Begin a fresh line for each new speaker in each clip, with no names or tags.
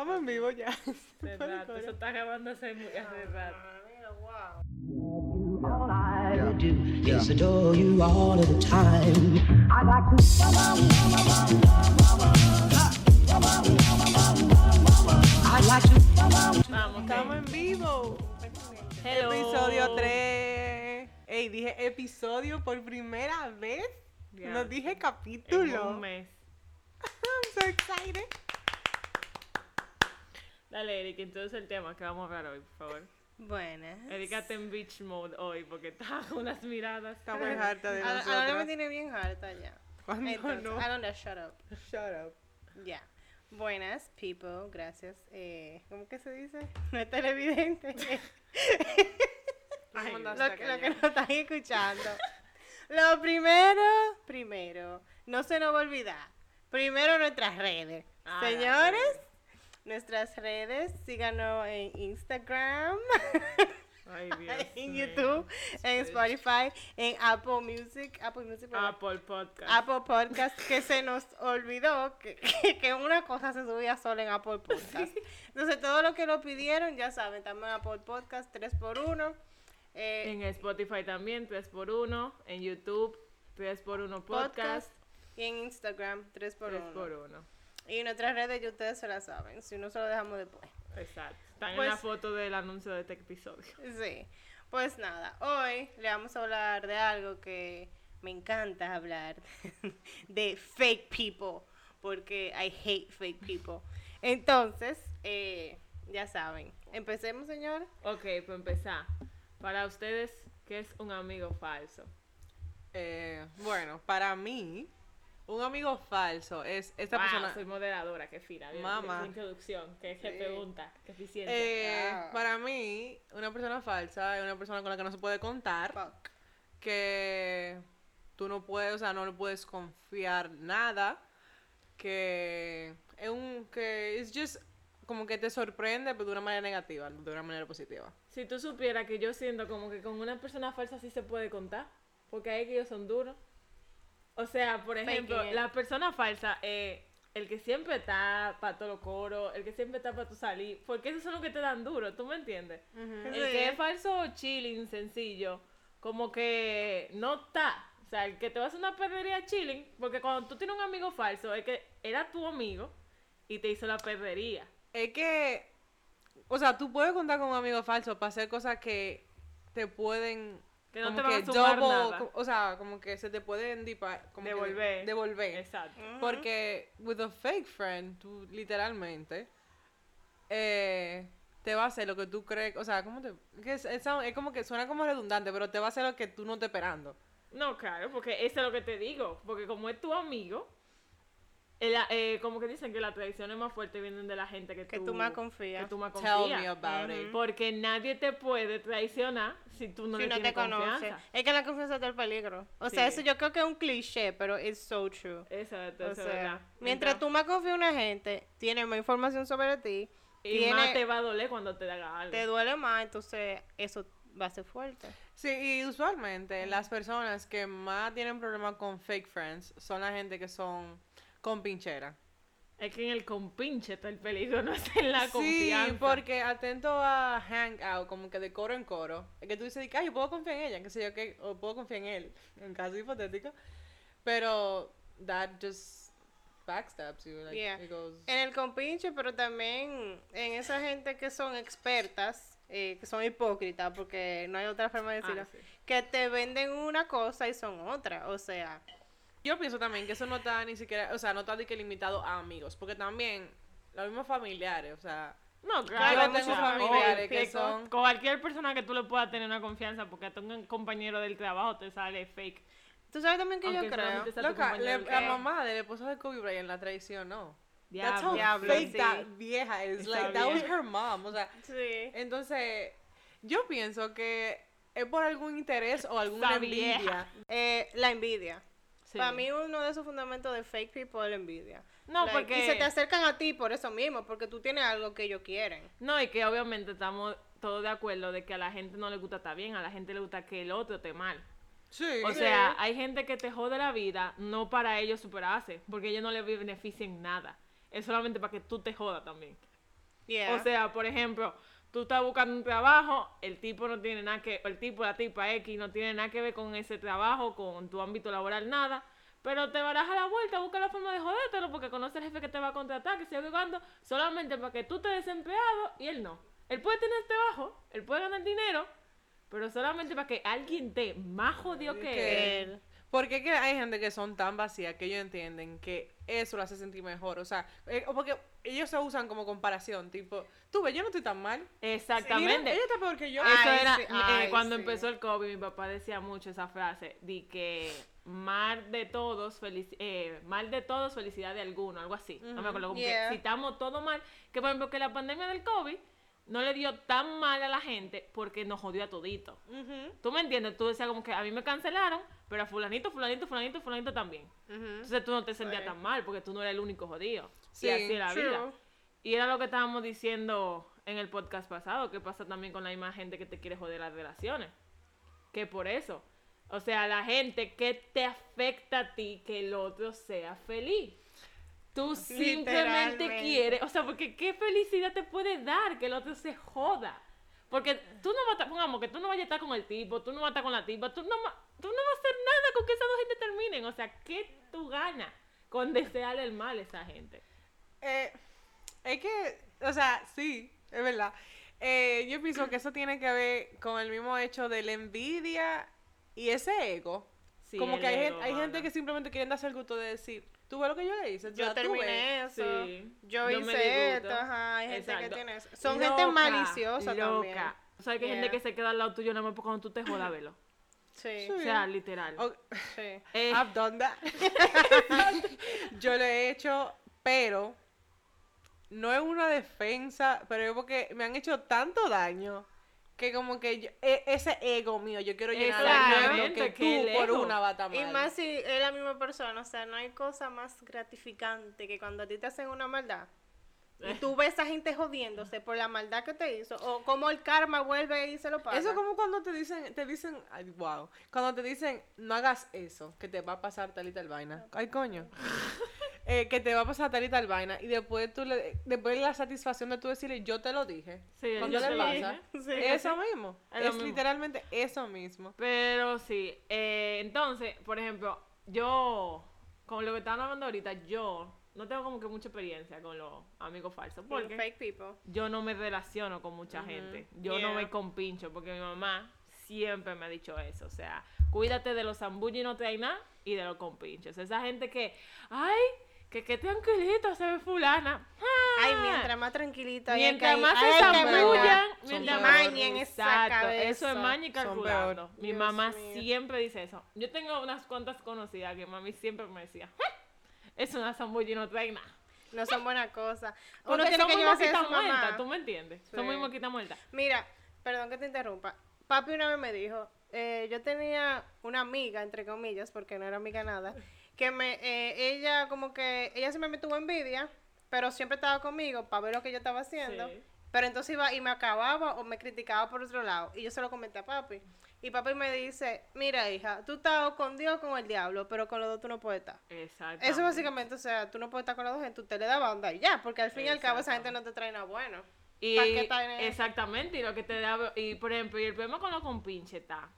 en vivo ya.
De rato, eso está grabando hace, mu- hace rato.
All I do is adore you all of the time. I like to. I like to.
Vamos,
Estamos en vivo.
Hello.
Episodio 3. Ey, dije episodio por primera vez.
Ya.
No dije
en
capítulo.
un mes.
I'm so excited.
Dale, Erika, entonces el tema que vamos a hablar hoy, por favor.
Buenas.
Erika está en beach mode hoy porque está con unas miradas.
Está muy harta de
Ahora ahora me
nosotros.
tiene bien harta ya.
Cuando
Entonces,
no.
Alondra, shut up.
Shut up.
Ya. Buenas, people. Gracias. Eh, ¿Cómo que se dice? No es televidente.
Ay,
lo,
Dios.
lo que nos están escuchando. Lo primero, primero, no se nos va a olvidar. Primero nuestras redes.
Ah, las
Señores, nuestras redes, síganos en Instagram.
Ay, Dios.
en
mío.
YouTube, en Spotify, en Apple Music, Apple Music, ¿verdad?
Apple Podcast.
Apple Podcast, que se nos olvidó que, que- que una cosa se subía solo en Apple Podcast. Entonces, todo lo que lo pidieron, ya saben, también Apple Podcast 3x1. eh,
En Spotify también, 3x1. En YouTube, 3x1 Podcast.
podcast y en Instagram 3x1.
3x1.
Y nuestras redes ya ustedes se las saben, si no se lo dejamos después.
Exacto. Están
Pues-
en la foto del anuncio de este episodio.
Sí, pues nada, hoy le vamos a hablar de algo que me encanta hablar, de fake people, porque I hate fake people. Entonces, eh, ya saben, empecemos señor.
Ok, pues empezar. Para ustedes, ¿qué es un amigo falso?
Eh, bueno, para mí, un amigo falso es esta
Wow,
persona.
Soy moderadora, que fina. bien,
Mamá.
qué introducción, qué, qué pregunta, qué eficiente.
Eh,
Ah.
Para mí, una persona falsa es una persona con la que no se puede contar.
Fuck.
que tú no puedes, o sea, no le puedes confiar nada, que es un que es just como que te sorprende pero de una manera negativa, de una manera positiva.
Si tú supieras que yo siento como que con una persona falsa sí se puede contar, porque hay que ellos son duros. O sea, por ejemplo,
Faking it.
la persona falsa, eh, el que siempre está para todo coro, el que siempre está para tu salir, porque esos son los que te dan duro, ¿tú me entiendes? El que es falso, chilling, sencillo, como que no está. O sea, el que te va a hacer una perdería chilling, porque cuando tú tienes un amigo falso, es que era tu amigo y te hizo la perdería.
Es que, o sea, tú puedes contar con un amigo falso para hacer cosas que te pueden
Que no
como
te van a sumar nada.
co- o sea, como que se te pueden dipa- como que
devolver.
devolver.
Exacto.
Porque with a fake friend, tú literalmente eh, te va a hacer lo que tú crees, o sea, ¿cómo te, que es, es- es como que suena como redundante, pero te va a hacer lo que tú no te esperando.
No, claro, porque eso es lo que te digo. Porque como es tu amigo, el- eh, como que dicen que las tradiciones más fuertes vienen de la gente que,
Que
tú,
tú más confías.
que tú más
Tell me
confías.
about it.
Porque nadie te puede traicionar si tú no
si
le
no te
tienes
conoces.
confianza.
Es que la confianza está el peligro. O sea,
Sí.
eso yo creo que es un cliché, pero it's so true.
Exacto,
O
eso es
sea,
verdad.
mientras tú
Entonces,
más confías en una gente, tiene más información sobre ti,
Y
tiene-
más te va a doler cuando te haga algo.
te duele más, entonces eso va a ser fuerte.
Sí, y usualmente las personas que más tienen problemas con fake friends son la gente que son con pinchera.
Es que en el compinche está el peligro, no es en la
Sí,
confianza.
porque atento a hangout, como que de coro en coro. Que tú dices, ay, yo puedo confiar en ella, que sé yo, que, o puedo confiar en él, en caso hipotético. Pero that just backstabs you. Like,
Yeah.
it goes-
En el compinche, pero también en esa gente que son expertas, eh, que son hipócritas, porque no hay otra forma de
Ah,
decirlo,
sí.
que te venden una cosa y son otra. O sea,
Yo pienso también que eso no está ni siquiera, o sea, no está de que limitado a amigos, porque también los mismos familiares, o sea,
No,
Yo
claro,
tengo
muchas
familiares que
obvio,
son-
con cualquier persona que tú le puedas tener una confianza, porque hasta un compañero del trabajo te sale fake.
tú sabes también que
Aunque
yo creo.
solamente sea tu
loca,
compañero
le-
del
la
trabajo.
mamá del esposo de Kobe Bryant la traicionó. That's
Diablo.
how
Diablo,
fake
sí.
that vieja is.
Esa
Like, that was
vieja.
her mom, o sea,
Sí.
Entonces, yo pienso que es por algún interés o alguna
Esa
envidia.
vieja.
Eh, la envidia.
Sí.
Para mí uno de esos fundamentos de fake people es la envidia.
No,
Like,
porque-
Y se te acercan a ti por eso mismo, porque tú tienes algo que ellos quieren.
No, y que obviamente estamos todos de acuerdo de que a la gente no le gusta estar bien, a la gente le gusta que el otro esté mal.
Sí.
O sea, hay gente que te jode la vida no para ellos superarse, porque ellos no les benefician nada. Es solamente para que tú te jodas también.
Yeah.
O sea, por ejemplo, tú estás buscando un trabajo, el tipo no tiene nada que, el tipo, la tipa X no tiene nada que ver con ese trabajo, con tu ámbito laboral, nada. Pero te baraja la vuelta, busca la forma de jodértelo porque conoce el jefe que te va a contratar, que se va cuando, solamente para que tú te desempleado y él no. Él puede tener trabajo, él puede ganar dinero, pero solamente para que alguien te más jodido que,
Que
él.
él. Porque es que hay gente que son tan vacías que ellos entienden que eso lo hace sentir mejor. O sea, eh, o porque ellos se usan como comparación. Tipo, tú ves, yo no estoy tan mal.
Exactamente.
Mira, ella está peor que yo.
Ah,
Eso
Ay,
era
sí,
eh,
ay,
cuando
sí.
empezó el COVID, mi papá decía mucho esa frase, de que mar de todos, felici- eh, mal de todos, felicidad de alguno, algo así. No me acuerdo, como
Yeah.
que citamos todo mal, que por ejemplo que la pandemia del COVID no le dio tan mal a la gente porque nos jodió a todito.
Ujú,
¿Tú me entiendes? Tú decías como que a mí me cancelaron, pero a fulanito, fulanito, fulanito, fulanito también.
ujú.
Entonces tú no te sentías
Sí.
tan mal porque tú no eras el único jodido.
Sí,
y así era la
true.
vida. Y era lo que estábamos diciendo en el podcast pasado, que pasa también con la misma gente que te quiere joder las relaciones. Que por eso. O sea, la gente que te afecta a ti que el otro sea feliz. Tú simplemente
Literalmente.
quieres, o sea, porque qué felicidad te puede dar que el otro se joda. Porque tú no vas a estar, pongamos que tú no vayas a estar con el tipo, tú no vas a estar con la tipa, tú no, ma- tú no vas a hacer nada con que esas dos gente terminen. O sea, ¿qué tú ganas con desearle el mal a esa gente?
Eh, es que, o sea, sí, es verdad. Eh, yo pienso que eso tiene que ver con el mismo hecho de la envidia y ese ego.
Sí,
como
el
que hay, gen-
ego,
hay gente
mano.
que simplemente quieren darse el gusto de decir, tú ves lo que yo le hice, tú
Yo
la tuve".
terminé eso.
Sí.
Yo,
Yo me
hice
disgusto.
esto. Ajá, hay gente que
Exacto.
tiene eso. Son gente
Loca,
maliciosa también.
loca. O sea, que hay gente
Yeah.
que se queda al lado tuyo nada más porque cuando tú te jodas, velo.
Sí,
O sea, literal.
O-
sí.
Eh,
I've done that. Ah, yo lo he hecho, pero no es una defensa, pero es porque me han hecho tanto daño que como que yo- e- ese ego mío, yo quiero llegar a lo
Exactamente,
que
que el
tú por
ego.
una bata
Y más si es la misma persona, o sea, no hay cosa más gratificante que cuando a ti te hacen una maldad y tú ves a gente jodiéndose por la maldad que te hizo o como el karma vuelve y se lo paga.
Eso es como cuando te dicen, te dicen, ay, wow, cuando te dicen, no hagas eso, que te va a pasar tal y tal vaina. Ay, coño. Eh, que te va a pasar tal y tal vaina. Y después tú le, después la satisfacción de tú decirle, yo te lo dije.
Sí, el
cuando
yo
le
te lo
pasa.
dije. Sí.
Eso mismo.
Es
Es,
lo mismo.
literalmente eso mismo.
Pero sí, eh, entonces, por ejemplo, yo, con lo que estaban hablando ahorita, yo no tengo como que mucha experiencia con los amigos falsos,
Con
porque
fake people.
yo no me relaciono con mucha gente, yo no
Yeah.
me compincho, porque mi mamá siempre me ha dicho eso, o sea, cuídate de los zambullos y no te hay nada, y de los compinchos, esa gente que, ay, que qué tranquilito se ve fulana, Ah,
Ay, mientras más tranquilita hay
Mientras
que-
más
hay
se
que
zambullan,
matar.
Son
mientras
peor.
más
Mañen esa
Exacto,
cabeza.
eso es maña y
Son
calculando. Mi
Dios
mamá
mío.
siempre dice eso. Yo tengo unas cuantas conocidas que mami siempre me decía, "Ja, es una zambulla y no trae nada.
No son buenas cosas. Uno
Porque
tiene
son
que
muy
llevarse de
moquitas
su mamá.
muertas, ¿tú me entiendes?
Sí.
Son muy moquitas muertas.
Mira, perdón que te interrumpa. Papi una vez me dijo, eh, yo tenía una amiga, entre comillas, porque no era amiga nada, que me, eh, ella como que, ella siempre me tuvo envidia, pero siempre estaba conmigo para ver lo que yo estaba haciendo.
Sí.
Pero entonces iba y me acababa o me criticaba por otro lado. Y yo se lo comenté a papi. Y papi me dice, mira hija, tú estás o con Dios o con el diablo, pero con los dos tú no puedes estar.
Exacto.
Eso básicamente, o sea, tú no puedes estar con los dos, entonces usted le da banda y ya, porque al fin y al cabo esa gente no te trae nada bueno.
Y
¿Para qué estar en eso?
exactamente, y lo que te da, y por ejemplo, y el problema con los compinches está,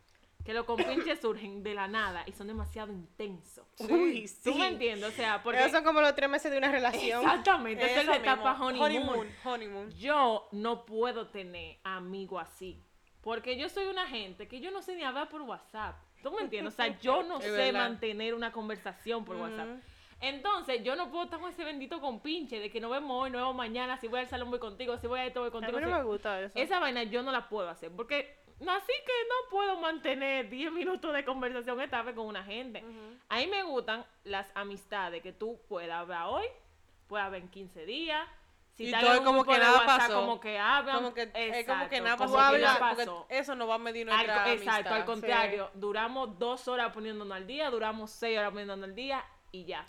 que los compinches surgen de la nada y son demasiado intensos.
Uy, sí.
¿Tú me entiendes? O sea, porque...
Esos son como los tres meses de una relación.
Exactamente, esa es la
Eso mismo.
etapa honeymoon.
honeymoon.
Yo no puedo tener amigo así. Porque yo soy una gente que yo no sé ni hablar por WhatsApp. ¿Tú me entiendes? O sea, yo no
Es
sé
verdad.
mantener una conversación por WhatsApp. Entonces, yo no puedo estar con ese bendito compinche de que nos vemos hoy, nos vemos mañana, si voy al salón voy contigo, si voy a esto voy
A
contigo.
mí no
si-
me gusta eso.
Esa vaina yo no la puedo hacer porque así que no puedo mantener 10 minutos de conversación estable con una gente. A mí me gustan las amistades que tú puedas hablar hoy, puedas hablar en 15 días. Si
Y
estás
todo
en un
como
grupo
que
de
nada
WhatsApp,
pasó.
Como que hablan.
Como que es como que
exacto,
nada
como
pasó.
Tú
que nada
hablas,
porque
pasó.
eso no va a medir
Al-
nuestra amistad.
exacto, al contrario, duramos dos horas poniéndonos al día, duramos seis horas poniéndonos al día y ya.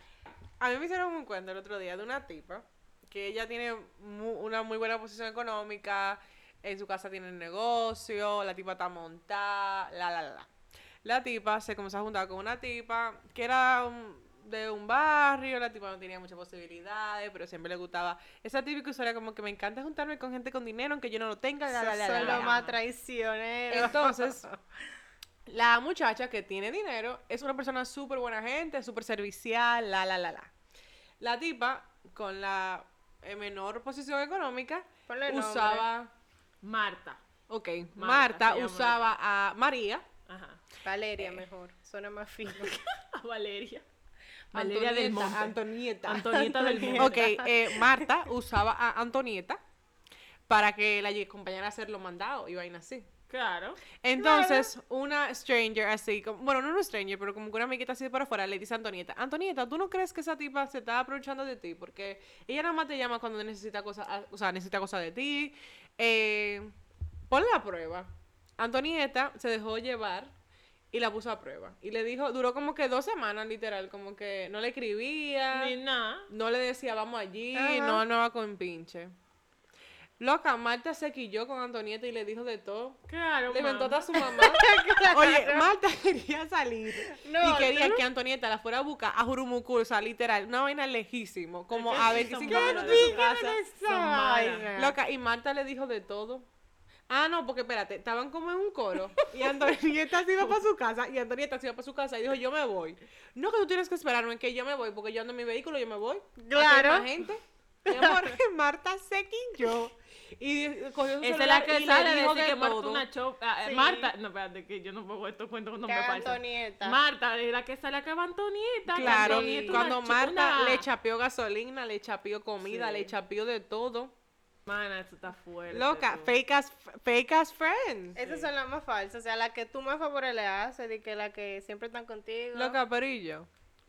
A mí me hicieron un cuento el otro día de una tipa que ella tiene mu- una muy buena posición económica, en su casa tiene un negocio, la tipa está montada, la, la, la, la. La tipa se comenzó a juntar con una tipa que era un- de un barrio, la tipa no tenía muchas posibilidades, pero siempre le gustaba. Esa típica historia como que me encanta juntarme con gente con dinero, aunque yo no lo tenga. la, la, la, la,
Son
la,
los
la".
más traicioneros.
Entonces, la muchacha que tiene dinero es una persona súper buena gente, súper servicial, la, la, la, la. La tipa, con la eh, menor posición económica,
Ponle nombre.
usaba...
Marta.
Ok,
Marta,
Marta,
se llama
usaba a María,
Ajá.
Valeria mejor, Eh. suena más fino.
A Valeria. Valeria del Monte.
Antonieta.
Antonieta del Monte.
Ok, eh, Marta usaba a Antonieta para que la lle- acompañara a hacer los mandados y vaina así.
Claro.
Entonces, una stranger así, como, bueno, no una stranger, pero como que una amiguita así para afuera, le dice a Antonieta, Antonieta, ¿tú no crees que esa tipa se está aprovechando de ti? Porque ella nada más te llama cuando necesita cosas, ah, o sea, necesita cosas de ti. Eh, pon la prueba. Antonieta se dejó llevar y la puso a prueba. Y le dijo, duró como que dos semanas, literal, como que no le escribía
Ni nada.
no le decía vamos allí,
Ajá.
no andaba con pinche. Loca, Marta se quilló con Antonieta y le dijo de todo.
Claro.
Le inventó
mamá.
a su mamá. Oye, Marta quería salir
No,
y quería
tú-
que Antonieta la fuera a buscar a Jurumucu, o sea, literal, una vaina lejísimo, como
Es que
a
sí
25
son
minutos de
malas.
su casa.
Son malas.
Loca, y Marta le dijo de todo. Ah, no, porque espérate, estaban como en un coro y Antonieta se iba para su casa y Antonieta se iba para su casa y dijo, yo me voy. No, que tú tienes que esperarme, que yo me voy, porque yo ando en mi vehículo, yo me voy. Aquí hay
Claro.
más gente. Mi amor, Marta se quilló y cogió su
Esa es
celular
la que
y le
sale a
dijo
decir
de
que Marta
todo.
una chopa.
Sí.
Marta, no, espérate, que yo no pongo estos cuentos con nombre
Que
falso.
Antonieta.
Marta, es la que sale acá va Antonieta. que
Claro,
Antonieta es
cuando
una
Marta
chona.
le chapeó gasolina, le chapeó comida,
Sí.
le chapeó de todo.
Mana, eso está fuerte.
Loca,
tú.
fake as, fake as friends.
Esas son las más falsas, o sea, la que tú más favores le haces, de que la que siempre están contigo.
Loca, perillo.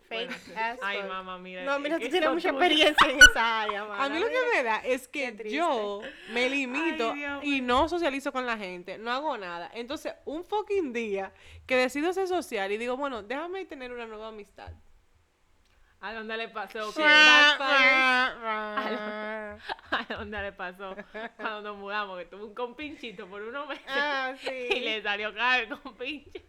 fake
Bueno, sí.
as
Ay,
fuck.
mamá, mira.
No, mira,
es
tú
que
tienes
son
mucha
tuyas.
experiencia en esa área,
A mí lo que me da es que
triste.
yo me limito
Ay, Dios
y no socializo con la gente, no hago nada. Entonces, un fucking día que decido ser social y digo, bueno, déjame tener una nueva amistad.
¿A dónde le pasó? ¿Qué?
Ah,
¿A dónde le pasó? Cuando nos mudamos, que tuvo un compinchito por unos meses.
Ah, sí.
Y le salió caro el compinche.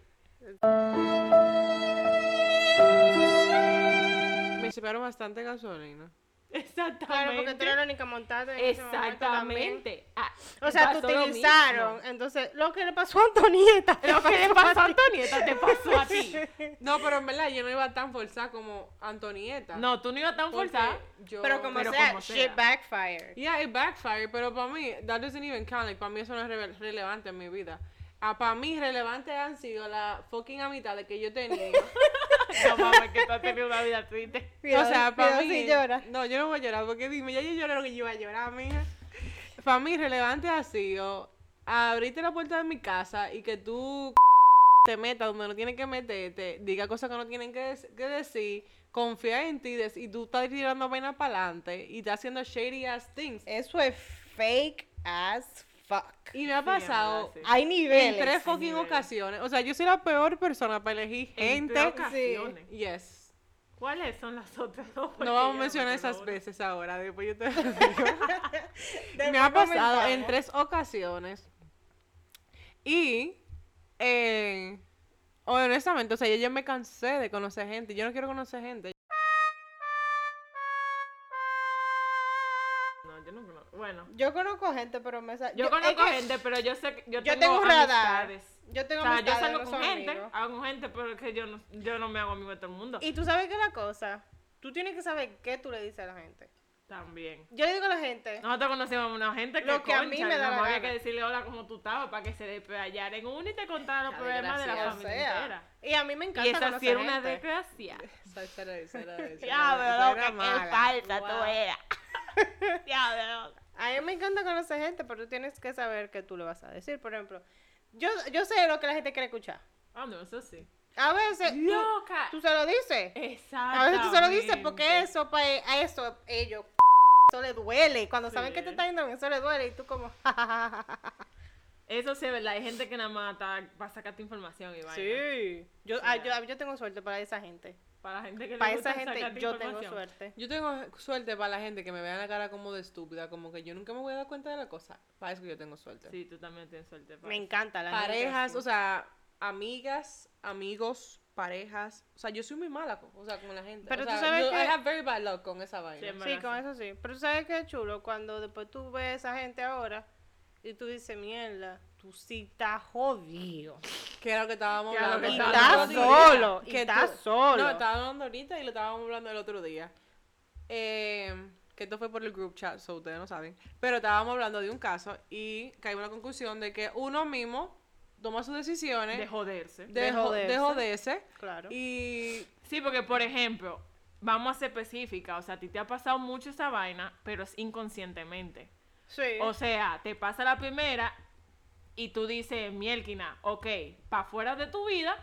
Me chiparon bastante gasolina.
Exactamente.
Claro, porque tú eres la única montada. en ese momento también.
Exactamente. Ah,
O sea, te
pasó lo
utilizaron. Entonces, lo que le pasó a Antonieta.
mismo. Lo que le pasó a Antonieta te pasó a ti.
No, pero en verdad yo no iba tan forzada como Antonieta.
No, tú no ibas tan
porque
forzada.
yo-
Pero como
Pero
sea,
como
shit
sea.
backfired.
Yeah, it backfired, pero para mí, that doesn't even count. Like, para mí eso no es rele- relevante en mi vida. para mí, relevante han sido las fucking amistades que yo tenía.
No, mamá, que tú has tenido una vida triste.
o sea, para mí.
si llora.
No, yo no voy a llorar, porque dime, ya yo lloré lo que yo iba a llorar, mija. Para mí, relevante ha sido abrirte la puerta de mi casa y que tú te metas donde no tienen que meterte, diga cosas que no tienen que, dec- que decir, confía en ti des- y tú estás tirando vainas para adelante y estás haciendo shady ass things.
Eso es fake as fuck.
Y me ha pasado
verdad, sí.
Hay niveles.
en tres fucking
niveles.
ocasiones. O sea, yo soy la peor persona para elegir
En
gente.
tres ocasiones.
Yes.
¿Cuáles son las otras dos? Porque
No vamos a
ya
mencionar
me
esas
acabo de-
veces ahora, después yo te
Después
Me ha pasado
comentamos.
en tres ocasiones. Y eh, honestamente, o sea, yo ya me cansé de conocer gente. Yo no quiero conocer gente.
No, yo no conozco. Bueno,
Yo conozco gente, pero me sa-
yo,
es
conozco
que
gente, pero yo sé que yo,
Yo tengo un radar.
amistades.
Yo tengo
O sea, yo
amistades,
salgo
no
con
son
gente,
amigos.
hago con gente, pero es que yo no, yo no me hago amigo de todo el mundo.
Y tú sabes que la cosa, tú tienes que saber qué tú le dices a la gente.
También.
Yo le digo a la gente,
Nosotros conocemos a una gente que,
Lo que a mí
concha,
me da
nada más
la
había
gana.
que decirle hola como tú estabas para que se desplayaran en uno y te contaran los problemas de la
o
familia
sea,
entera.
y a mí me encanta
Y esa sí
conocer
era una
gente.
desgracia.
Esa era mala.
falta tú eras. Diablo, loca.
A mí me encanta conocer gente, pero tú tienes que saber qué tú le vas a decir. Por ejemplo, yo, yo sé lo que la gente quiere escuchar.
Ah, no, eso sí.
A veces tú-
Loca.
tú, se lo dices.
Exacto.
A veces tú se lo dices porque eso, pa, e, a eso, ellos, eso le duele. Cuando saben que te
Sí.
está yendo bien, eso le duele. Y tú como,
Eso sí es verdad. Hay gente que nada más está para sacarte información y vaina.
Sí. Yo, ah, yo, yo tengo suerte para esa gente.
Para la gente que
Para
le gusta
esa gente
sacarte
yo tengo
información.
suerte.
Yo tengo suerte para la gente que me vea la cara como de estúpida, como que yo nunca me voy a dar cuenta de la cosa. Para eso que yo tengo suerte.
Sí, tú también tienes suerte. para
Me
eso.
encanta la gente
Parejas,
así.
o sea, amigas, amigos, parejas. O sea, yo soy muy mala con, o sea, con la gente.
Pero
O
tú
sea,
sabes
yo-
que-
I have very bad luck con esa vaina.
Sí, en
Sí,
verdad,
con
sí.
eso sí. Pero tú sabes qué es chulo cuando después tú ves a esa gente ahora y tú dices, mierda, tú sí estás jodido.
Que era lo que estábamos
Que era lo
hablando.
que
el
estábamos
otro
hablando
día.
solo, y
Que
está
tú-
solo.
No, estábamos hablando ahorita y lo estábamos hablando el otro día. Eh, que esto fue por el group chat, so ustedes no saben. Pero estábamos hablando de un caso y caímos a la conclusión de que uno mismo toma sus decisiones
de joderse.
de,
De
jo- de
joderse.
joderse.
Claro.
Y
Sí, porque por ejemplo, vamos a ser específica, o sea, a ti te ha pasado mucho esa vaina, pero es inconscientemente.
sí.
O sea, te pasa la primera y tú dices, mielquina, ok, para fuera de tu vida,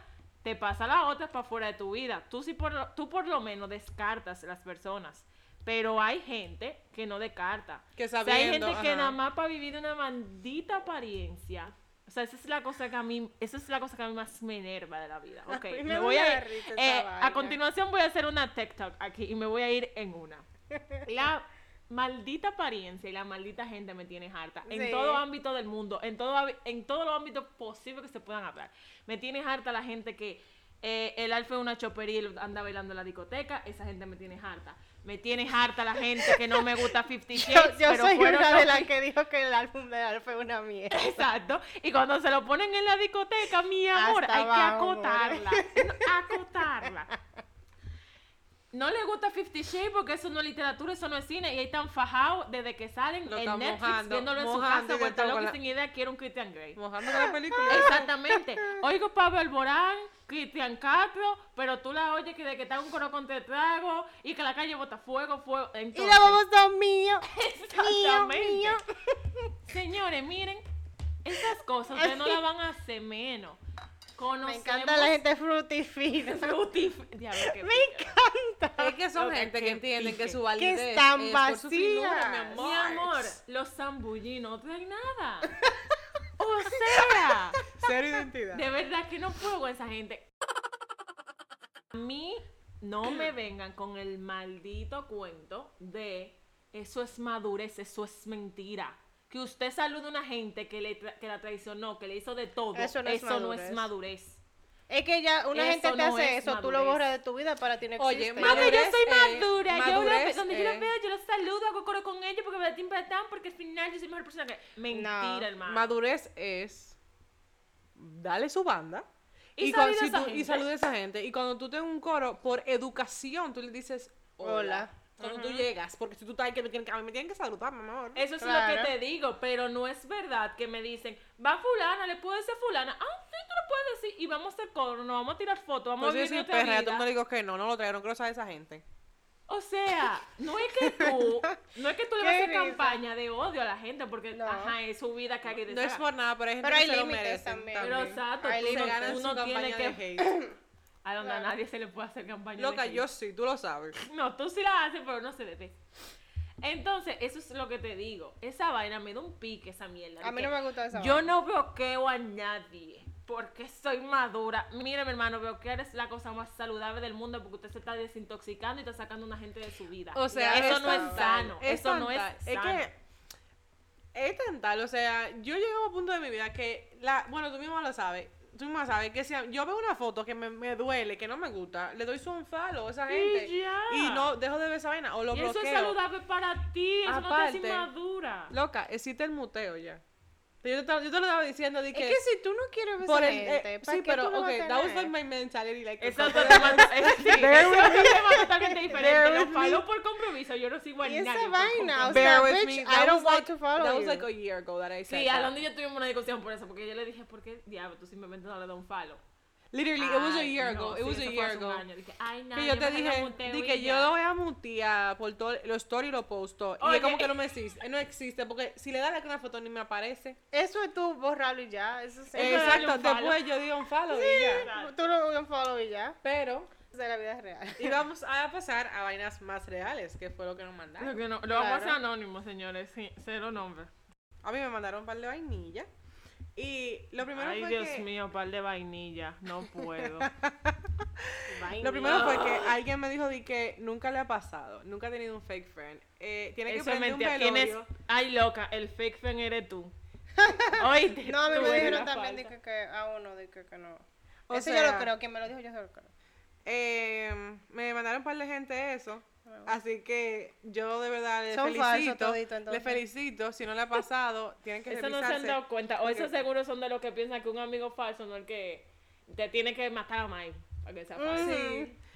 te pasa la otra para fuera de tu vida. Tú sí por lo, tú por lo menos descartas las personas. Pero hay gente que no descarta.
Que
O sea, hay
sabiendo,
gente que
ajá.
nada más para vivir de una maldita apariencia. O sea, esa es la cosa que a mí, esa es la cosa que a mí más me enerva de la vida. Ok,
mí me
me
da
voy a
una
ir-
risa esa
eh, a
vaina.
continuación voy a hacer una TikTok aquí y me voy a ir en una. La maldita apariencia y la maldita gente me tiene harta. En
Sí.
todo ámbito del mundo, en todo hábi- en todos los ámbitos posibles que se puedan hablar. Me tiene harta la gente que eh, el alfa es una chopería y él anda bailando en la discoteca. Esa gente me tiene harta. Me tiene harta la gente que no me gusta 50
yo
Shades,
yo
pero
soy
fueron
una
los-
de las que dijo que el álbum de Alf fue una mierda.
Exacto. Y cuando se lo ponen en la discoteca, mi amor,
Hasta
hay
abajo,
que acotarla. No, acotarla. No le gusta Fifty Shades porque eso no es literatura, eso no es cine. Y ahí están fajados desde que salen
Lo
en
están
Netflix
mojando,
viéndolo en su
mojando y
casa,
de
vuelta
todo
loca y
con la-
sin idea, quiere un Christian Grey.
mojando la película.
Exactamente. Oigo Pablo Alborán, Cristian Castro, pero tú la oyes que de que está un coro contra el trago y que la calle bota fuego, fuego.
Y
Entonces,
la vamos dos mío.
Exactamente.
mío.
Señores, miren, esas cosas ustedes no las van a hacer menos.
Me
Conocemos
encanta la gente frutifina.
frutif- Diablo, qué
Me
pica.
Es que son
Loca,
gente que
qué
entienden que
pique.
su validez
Que están
es por su figura, mi
vacías.
amor.
Mi amor, los zambullinos no traen nada. O sea,
Cero identidad.
de verdad que no puedo con esa gente. A mí no me vengan con el maldito cuento de eso es madurez, eso es mentira. Que usted saluda a una gente que, le tra- que la traicionó, que le hizo de todo. Eso no es madurez.
Es que ya una
Eso
gente te
no
hace
es
eso, tú lo
madurez.
borras de tu vida para ti no
Oye,
existe.
madre,
Mami, yo
Madurez,
soy
eh,
madura. yo la-
madurez,
donde yo la
eh.
veo, yo la saludo, hago coro con ella porque me timbatan, porque al final yo soy mejor persona que. Mentira,
No,
hermano.
Madurez es dale su banda
Y
cua-
saluda a
si
esa
tú-
gente.
y saluda a esa gente. Y cuando tú tengas un coro, por educación, tú le dices hola.
Hola.
Cuando tú llegas, porque si tú estás ahí, que me tienen que, a mí me tienen que saludar, mi amor.
Eso es lo
Claro.
que te digo, pero no es verdad que me dicen, va fulana, le puedo decir a fulana, ah, sí, tú lo puedes decir, y vamos a hacer coro, nos vamos a tirar fotos, vamos
Pues
a
yo soy
vivir otra
perra, yo todo el mundo
vida.
le digo que no, no lo traigo, no quiero saber de esa gente.
O sea, no es que tú, no es que tú le vas a
Qué
hacer
risa.
campaña de odio a la gente, porque,
No.
ajá, es su vida que hay que
No es
desear.
por nada, pero hay gente
Pero hay
que se lo
límites
merece.
también.
Pero exacto,
Hay
tú
se
no-
límites.
ganan
tú
su
no tienes
campaña
que...
de hate.
A donde a
Claro.
nadie se le puede hacer campaña. de
Loca,
hate.
yo sí, tú lo sabes.
No, tú sí la haces, pero no se le ve. Entonces, eso es lo que te digo. Esa vaina me da un pique, esa mierda.
A mí
de
no
que
me gusta esa
Yo
vaina.
no bloqueo a nadie porque soy madura. Mira, mi hermano, bloquear es la cosa más saludable del mundo porque usted se está desintoxicando y está sacando a una gente de su vida.
O sea,
eso
es
no es
tan-
sano. eso
tan
no es
tal.
sano.
que es tan tal, o sea, yo llegué a un punto de mi vida que, la, bueno, tú misma lo sabes, tú misma sabes que si a- yo veo una foto que me, me duele, que no me gusta, le doy su unfollow a esa
Y
gente
ya.
y no dejo de ver esa vaina o lo
Y
bloqueo.
eso es saludable para ti. Eso no
Aparte-
te hace inmadura.
Loca, existe el muteo ya. Yo te, estaba- yo te lo estaba diciendo de
Es que si tú no quieres ver
por
esa
el,
gente,
eh,
¿para
sí,
qué
pero
tú lo
ok,
vas a
that was
tener?
like my mentality like
Eso es
como-
otro tema, es- sí,
Bear
eso es
with
otro tema totalmente diferente.
Bear
Lo
with
falo por compromiso, yo no sigo a
Y
nadie.
esa
por
vaina,
compromiso.
o sea,
Bear with
bitch,
me,
I
that
don't
was
want
like-
to follow
That was
you.
like a year ago that I said
Sí, a
that.
Londres y yo tuvimos una discusión por eso, porque yo le dije, ¿por qué diablo tú simplemente no le das un falo?
Literally, it was a
Ay,
year
no,
ago.
sí,
It was
eso
a
fue
year
hace un
ago.
año. Dije, ay, nada,
Que yo te
mejor la
dije,
muteo
di
y
que yo
ya.
lo voy a mutear por todo, los stories lo posto. Y
Oye.
es como que no me existe, no existe, porque si le das like a una foto ni me aparece.
Eso es tú borrarlo y ya. Eso es
Eh, darle
Exacto,
un follow.
después yo di un follow y ya.
Exacto.
Tú lo un follow y ya.
Pero,
Esa es la vida real.
y vamos a pasar a vainas más reales, que fue lo que nos
Lo,
mandaron.
que no- lo vamos a hacer
Claro.
anónimo, señores, sí, cero nombre.
A mí me mandaron un par de vainillas. Y lo primero
Ay,
fue
Dios
que...
mío, par de vainilla, no puedo.
Lo primero fue que alguien me dijo di que nunca le ha pasado, nunca ha tenido un fake friend. Eh, tiene que
Eso es
prender un
mentira.
velorio.
Tienes, ay, loca, el fake fan eres tú. Oíste,
No, a mí
tú
me
eres la
dijeron también de
falsa.
que, que a uno de que, que no.
O
eso yo
sea-
lo creo, quien me lo dijo yo se lo creo.
Eh, me mandaron un par de gente eso.
Ah.
Así que yo de verdad le
Son
felicito.
falsos todito,
le
entonces.
felicito. Si no le ha pasado, tienen que
Eso no se
revisarse.
han dado cuenta. O
porque-
esos seguros son de los que piensan que un amigo falso no es el que te tiene que matar a Mike para que sea falso.
Sí.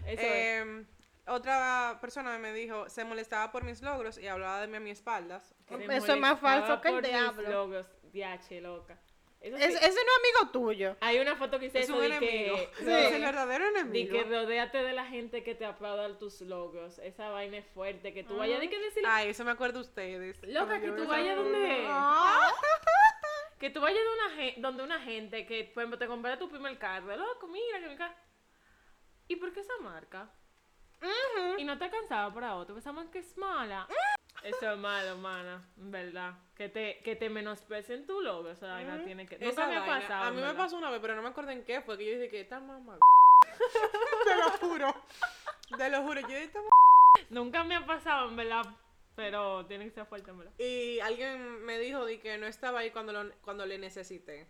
Eso es.
Eh, Otra persona me dijo, se molestaba por mis logros y hablaba de mí a mis espaldas.
Se
eso es más falso
molestaba
que el
por mis
diablo.
Logos. Diache, loca. Eso sí.
Es- ese no es amigo tuyo.
Hay una foto que hice
Es
Este eso
un
de
enemigo.
que,
Sí,
no,
Es el verdadero
de
enemigo.
que rodéate de la gente que te aplauda tus logos. Esa vaina es fuerte. Que tú vayas, de que decirle
Ay, eso me acuerdo de ustedes. Cuando
Loca,
Ah.
que
yo
tú
me
vayas
saludo.
donde.
Ah.
Que tú vayas de una gen- donde una gente que, por ejemplo, te compra tu primer carro. Loco, mira que mi carro. ¿Y por qué esa marca? Y no te cansaba por otro, esa marca es mala. Eso es malo, mana, en verdad. Que te, que te menosprecien tu logo, esa vaina tiene que.
Esa
Nunca me ha
vaina.
pasado.
A mí
en
me
verdad.
pasó una vez, pero no me acuerdo en qué fue. Que yo dije que esta mamá. Te lo juro. Te lo juro. Yo dije esta mamá.
Nunca me ha pasado, en verdad. Pero tiene que ser fuerte, en verdad.
Y alguien me dijo de que no estaba ahí cuando, lo- cuando le necesité.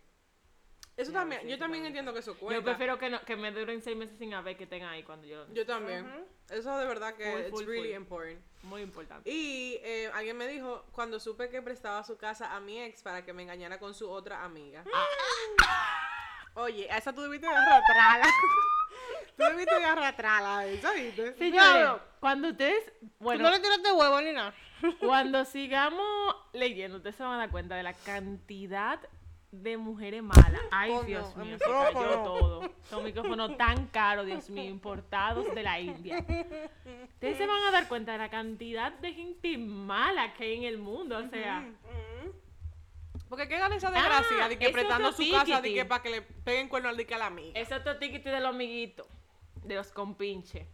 Eso
Ya,
también,
sí,
yo
sí,
también
también.
entiendo que eso cuenta.
Yo prefiero que, no, que me duren seis meses sin haber que tenga ahí cuando yo.
Yo también. Eso de verdad que
Full,
es
full,
really
full.
important.
Muy importante.
Y eh, alguien me dijo cuando supe que prestaba su casa a mi ex para que me engañara con su otra amiga.
Ah.
Oye, a esa tú debiste de arrastrarla. tú debiste de arrastrarla, a esa, ¿viste?
Señores, cuando ustedes. Bueno,
Tú no le tiraste huevo ni nada.
Cuando sigamos leyendo, ustedes se van a dar cuenta de la cantidad de mujeres malas. Ay,
Oh, no,
Dios
el
mío, se
micrófono.
cayó todo. Son micrófonos tan caros, Dios mío, importados de la India. Ustedes se van a dar cuenta de la cantidad de gente mala que hay en el mundo, o sea.
Porque qué gana esa desgracia
Ah,
de
es Eh,
que
otro
prestando su casa de
tiquiti.
que para que le peguen cuerno al de que a la amiga.
Es otro tiquete de los amiguitos, de los compinches.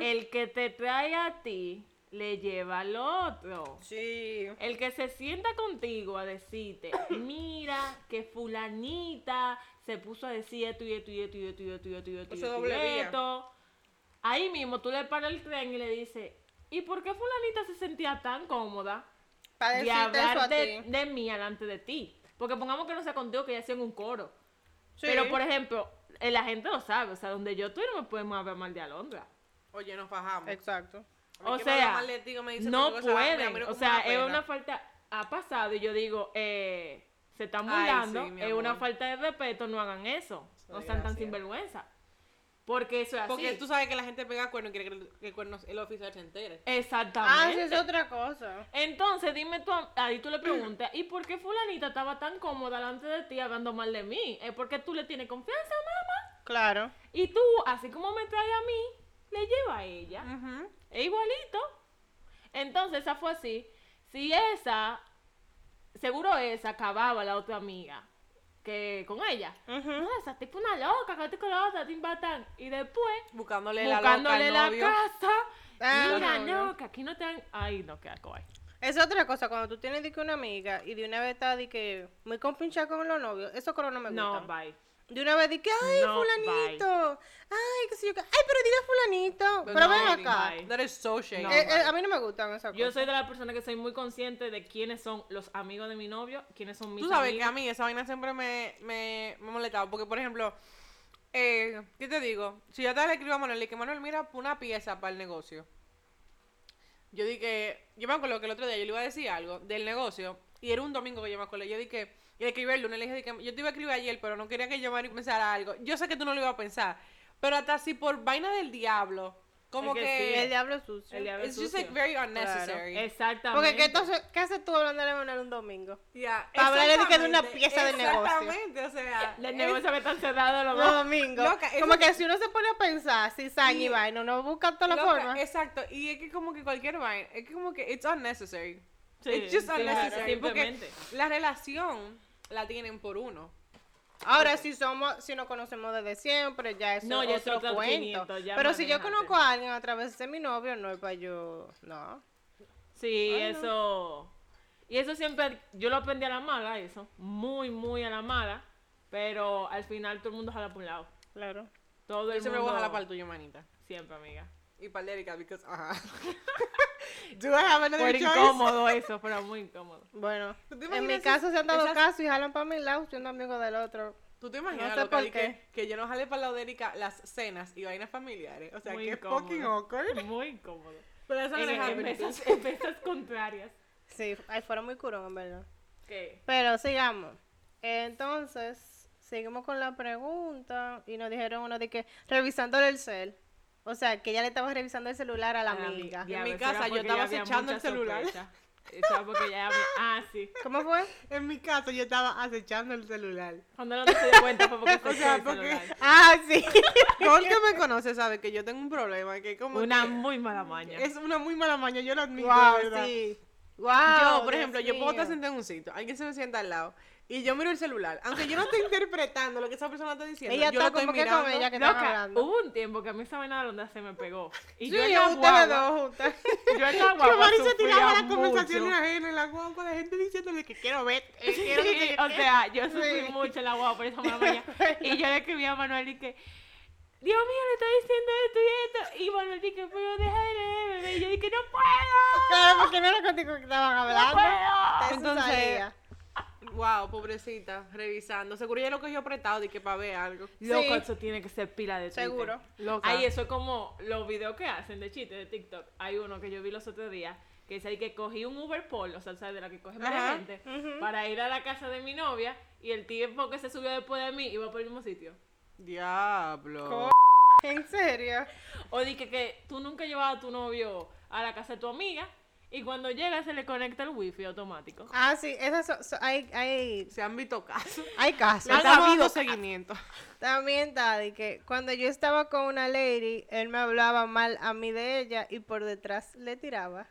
El que te trae a ti, le lleva al otro.
Sí.
El que se sienta contigo a decirte, mira que fulanita se puso a decir esto y esto y esto y esto y esto y esto y esto, y
Ese
esto, y
doble vía.
esto". Ahí mismo tú le paras el tren y le dices, ¿y por qué fulanita se sentía tan cómoda
Para
de
decirte eso a
hablar de,
ti.
de mí delante de ti? Porque pongamos que no sea contigo, que ya sea en un coro.
Sí.
Pero, por ejemplo, eh, la gente lo sabe, o sea, donde yo estoy no me podemos hablar mal de Alondra.
Oye, nos fajamos.
Exacto.
A
O
mí que me habla
sea,
mal de ti, que me dice
no
cualquier cosa, "Ah, mira,
pueden.
mira
O
cómo
sea,
me da
es
pena.
una falta. Ha pasado y yo digo, eh, se están
Ay, sí,
burlando,
mi
es una
amor.
falta de respeto, no hagan eso. No sean tan
Desgraciado.
sinvergüenza. Porque eso es así.
Porque tú sabes que la gente pega cuerno y quiere que el- que el, cuerno, el oficial se entere.
Ah, sí,
Exactamente.
es otra cosa.
Entonces, dime tú, a- ahí tú le preguntas, ¿y por qué fulanita estaba tan cómoda delante de ti hablando mal de mí? ¿Es porque tú le tienes confianza, mamá?
Claro.
Y tú, así como me trae a mí, le lleva a ella. Es igualito. Entonces, esa fue así. Si esa, seguro esa, acababa la otra amiga que con ella. No, esa tipo una loca, que con la otra, tin, batán. Y después,
Buscándole,
buscándole
la loca al
la,
novio.
casa.
Ah,
Mira,
no,
no, que aquí no te han. Ay, no, qué asco, ay.
Es otra cosa, cuando tú tienes de que una amiga y de una vez está de que muy compinchada con los novios, esos coros no me
No,
gustan.
bye.
De una vez de que, ay,
No,
fulanito. Ay, qué sé yo, qué. ay, pero dile fulanito. Pero,
Pues no,
ven
bye.
acá.
Bye.
That is so shady.
No.
Eh, eh, a mí no me gustan esas
Yo
cosas.
soy de la persona que soy muy consciente de quiénes son los amigos de mi novio, quiénes son mis
Tú sabes que
amigos.
a mí esa vaina siempre me, me, me molestaba. Porque, por ejemplo, eh, ¿qué te digo? Si yo te le escribo a Manuel y que Manuel, mira una pieza para el negocio. Yo dije, yo me acuerdo que el otro día yo le iba a decir algo del negocio. Y era un domingo que yo me acuerdo. Yo dije, y le escribí el lunes, le dije, di que yo te iba a escribir ayer, pero no quería que yo Manuel pensara algo. Yo sé que tú no lo ibas a pensar. Pero hasta si por vaina del diablo, como
que
que...
sí,
El diablo es sucio.
El diablo es
It's just
sucio.
like very unnecessary.
Exactamente.
Porque ¿qué, entonces, ¿qué haces tú hablando de Manuel un domingo?
Ya,
Para hablar de que de una
exactamente,
pieza de negocio.
Exactamente, o sea.
Los
es-
negocios que están cerrados, lo
Los
más.
domingos.
Loca, eso
como
que-
que si uno se pone a pensar, si San
Sí.
y vaina, no busca toda la
loca,
forma.
Exacto, y es que como que cualquier vaina, es que como que it's unnecessary.
Sí,
it's just
claro,
unnecessary. Porque
simplemente.
la relación la tienen por uno.
Ahora, si somos, si nos conocemos desde siempre, ya eso
No,
es
ya es
otro,
otro
cuento.
500, ya
Pero si yo
manéjate.
conozco a alguien a través de mi novio, no es para yo, no.
Sí, eso. Y eso siempre, yo lo aprendí a la mala, eso. Muy, muy a la mala. Pero al final todo el mundo jala por un lado.
Claro.
Todo
Yo
el
siempre
mundo.
voy a jalar para el tuyo, manita.
Siempre, amiga.
Y para el Erika, because, ajá. Do I have another
Fue
choice?
incómodo eso, fue muy incómodo.
Bueno,
¿Tú te
en mi
imaginas
caso se han dado
esas-
caso y jalan para mi lado, siendo amigo del otro.
¿Tú te imaginas
No sé
loca,
por
de
qué.
que, que yo no jale para la Odérica las cenas y vainas familiares? O sea,
Muy
que
incómodo.
fucking awkward.
Muy incómodo.
Pero eso
En,
no es
en
happening.
mesas, en mesas contrarias.
Sí, ahí fueron muy curón, en verdad.
¿Qué?
Pero sigamos. Entonces, seguimos con la pregunta y nos dijeron uno de que revisándole el cel. O sea, que ella le estaba revisando el celular a la amiga.
ya. En mi casa yo estaba acechando el celular.
Estaba porque ya había... Ah, sí.
¿Cómo fue?
En mi caso, yo estaba acechando el celular.
Cuando no se dio cuenta fue porque se
O sea,
el
porque-
celular.
Ah, sí.
Todo el que me conoce sabe que yo tengo un problema, que como
Una
que
muy mala maña.
es una muy mala maña, yo lo admito, de
wow,
verdad.
sí.
Yo,
Wow,
por ejemplo, yo puedo estar
sentada
sentada en un sitio, alguien se me sienta al lado y yo miro el celular, aunque yo no esté interpretando lo que esa persona está diciendo,
Ella
yo
está
lo estoy
como que
mirando.
con ella que están
Loca,
hablando.
hubo un tiempo que a mí esa vaina de la onda se me pegó. Y
Sí,
yo en la
ustedes
guagua,
dos juntas.
yo en la
Que
guagua
Mari se tiraba
sufría
la conversación
mucho.
ajena en la guagua de gente diciéndole que quiero ver, eh,
Sí,
quiero que
o sea, yo sufrí
Sí.
mucho en la guagua por esa mala maña. Y yo le escribí a Manuel y que, Dios mío, le está diciendo esto y esto. Y Manuel dije, pero deja de leer, bebé. Y yo dije, no puedo.
Claro, porque no era contigo que estaban
No
hablando.
puedo.
Eso
Entonces,
salía.
Wow, pobrecita, revisando. Seguro ya lo cogió apretado y que para ver algo.
Loco,
Sí.
eso tiene que ser pila de Twitter.
Seguro.
Loca.
Ay, eso es como los videos que hacen de chistes de TikTok. Hay uno que yo vi los otros días que dice ahí que cogí un Uber Polo, o sea, ¿sabes? de la que coge
Ajá,
más gente, para ir a la casa de mi novia y el tiempo que se subió después de mí iba por el mismo sitio.
Diablo.
Co- En serio.
O dije que tú nunca llevabas a tu novio a la casa de tu amiga y cuando llega se le conecta el wifi automático.
Ah, sí, esas son, son- hay, hay,
Se han visto casos.
hay casos.
Han
Estamos-
habido seguimiento.
También, Daddy, que cuando yo estaba con una lady, él me hablaba mal a mí de ella y por detrás le tiraba.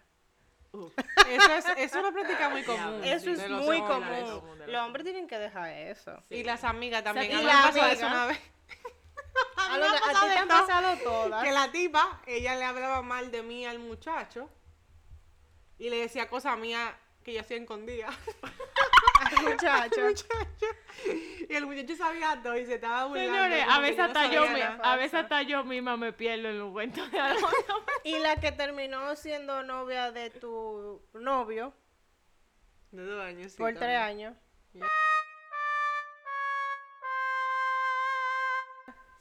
Uf.
Eso es, es una práctica muy común.
Eso
sí,
Eso
es
de
es
los
muy
hombres.
hombres,
común.
los hombres.
Los hombres tienen que dejar eso.
Y las amigas también.
Y
A mí me
la
pasó eso
amiga.
una vez.
A,
mí me
lo-
ha
a ti
pasado
te
de
han
todo.
pasado todas.
Que la tipa, ella le hablaba mal de mí al muchacho y le decía cosas mías que yo hacía escondida.
Muchachos.
y el muchacho sabía todo y se estaba burlando.
Señores,
como
a
que
veces
yo no
hasta
sabía
yo, me,
nada.
a veces hasta yo misma me pierdo en los cuentos de algo.
Y la que terminó siendo novia de tu novio
De dos años, sí,
por tres
también.
años.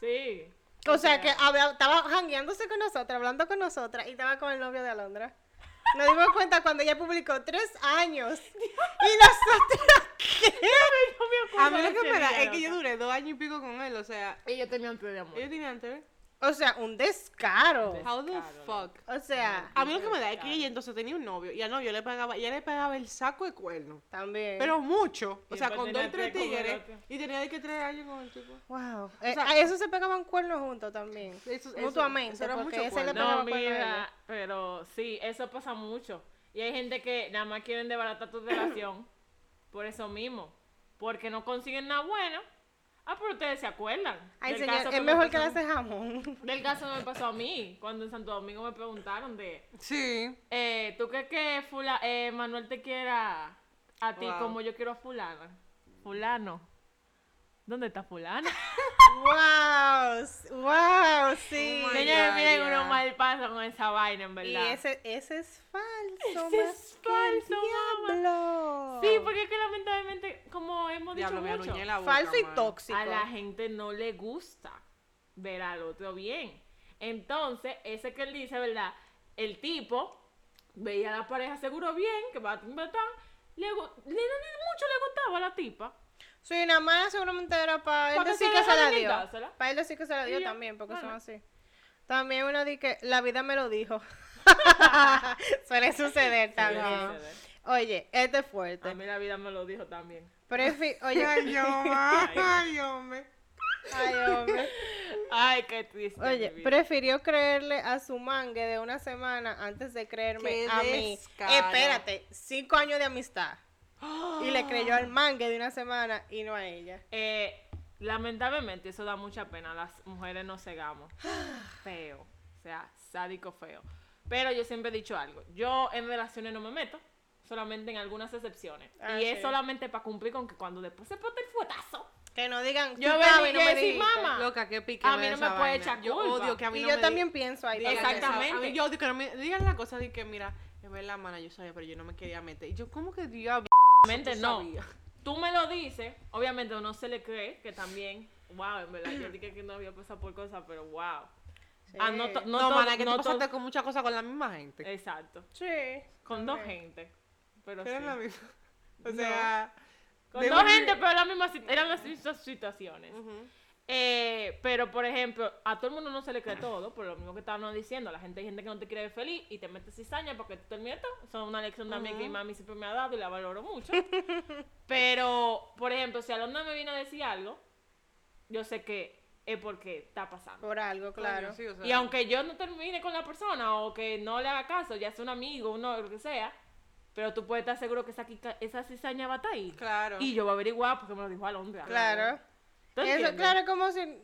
Sí.
O sea, que había- estaba jangueándose con nosotras, hablando con nosotras y estaba con el novio de Alondra. Nos dimos cuenta cuando ella publicó tres años. Y nosotras,
Yo me acuerdo
A mí
de
lo que
ese
me da
día,
es que yo
loca.
duré dos años y pico con él, o sea,
Ella tenía antes de amor.
yo tenía antes.
O sea, un descaro.
How the
Descaro, loco.
fuck.
O sea,
A mí lo que me da es que ella entonces tenía un novio y al novio le pagaba, ella le pagaba el saco de cuerno.
también.
Pero mucho. O
Y
sea,
después
con dos y
tenía
tres
tres con el
tigres.
otro.
Y tenía de que tres años con el tipo.
wow. Eh,
sea-
a eso se pegaban cuernos juntos también.
Eso- eso-
mutuamente.
eso era
porque
mucho
ese
cuerno.
le
Pero
No,
pegaba cuernos a
mira,
ella.
pero sí, eso pasa mucho. Y hay gente que nada más quieren desbaratar tu relación por eso mismo. Porque no consiguen nada bueno. Ah, pero ustedes se acuerdan.
Ay,
del
señor,
caso
es
me
mejor
pasó
que
a
le
mí.
hace jamón.
Del caso que me pasó a mí, cuando en Santo Domingo me preguntaron de,
Sí.
eh, ¿tú crees que fula, eh, Manuel te quiera a ti
Wow.
como yo quiero a fulana? Fulano. ¿Dónde está fulano?
wow, s- wow, sí.
Oh my
Señores,
God,
miren
ya.
uno mal paso con esa vaina, en
y
verdad.
ese, ese es falso.
Ese
más
es
que el
falso, mamá.
diablo.
Sí, porque es que lamentablemente, como hemos dicho
Diablo, me
mucho,
aruñé la boca.
falso y
mano.
tóxico.
a la gente no le gusta ver al otro bien. Entonces, ese que él dice, ¿verdad? El tipo veía a la pareja seguro bien, que va a le, gu- le, le- mucho le gustaba a la tipa.
Sí, nada más seguramente era para él
Para que
decir
se
que se la
dejaran en
dio.
dársela.
Para él decir que se la dio
ya,
también, porque son
bueno.
así. También uno dice que la vida me lo dijo. Suele suceder también.
suceder.
Oye, este es
A
fuerte.
mí la vida me lo dijo también.
Prefi-
Ay,
oye,
yo, ma, ay, hombre.
ay, hombre.
Ay, qué triste.
Oye,
mi vida.
prefirió creerle a su mangue de una semana antes de creerme
Qué
a mí.
descaro.
Espérate, cinco años de amistad. Y le creyó al mangue de una semana y no a ella.
Eh, lamentablemente eso da mucha pena, las mujeres nos cegamos.
Ah.
Feo, o sea, sádico feo. Pero yo siempre he dicho algo, yo en relaciones no me meto, solamente en algunas excepciones.
Ah,
y
sí.
es solamente para cumplir con que cuando después se pote el fuetazo,
Que no digan,
Yo
"Tú
vengo
sabes,
y
no
yo
me
decir,
dijiste".
"Mamá,
Loca, qué pique.
a mí
me da
no me
esa
puede
vaina.
echar
Yo
culpa.
odio que a mí
y
no
yo
me
también
di-
pienso ahí.
digan
para que
esa-
Exactamente.
a mí yo odio que no me digan la cosa de que, mira, es verdad, mana, yo sabía, pero yo no me quería meter. Y yo, ¿cómo que diablo?
obviamente
tú
no.
sabías.
Tú tú me lo dices, obviamente uno se le cree que también, wow, en verdad, yo dije que no había pasado por cosas, pero wow. Ah, no, to-
No,
no,
Eh,
to-
mana, que
no
tú
to-
pasaste con muchas cosas con la misma gente.
Exacto.
Sí.
Con dos gente. Pero sí.
Pero es la misma. O sea,
Con
de
dos
un-
gente, pero la misma sit- eran las mismas situaciones. Eh, pero, por ejemplo, a todo el mundo no se le cree todo, por lo mismo que estábamos diciendo. La gente hay gente que no te quiere ver feliz y te mete cizaña porque tú te mientes. Eso es una lección también que mi mami siempre me ha dado y la valoro mucho. pero, por ejemplo, si Alondra me viene a decir algo, yo sé que es porque está pasando.
Por algo, claro.
coño, sí, o sea,
Y aunque yo no termine con la persona o que no le haga caso, ya sea un amigo, uno, lo que sea, pero tú puedes estar seguro que esa, quica- esa cizaña va a estar ahí.
Claro.
Y yo voy a averiguar porque me lo dijo Alondra.
Claro.
¿Tú
Eso,
entiendes?
claro, como si,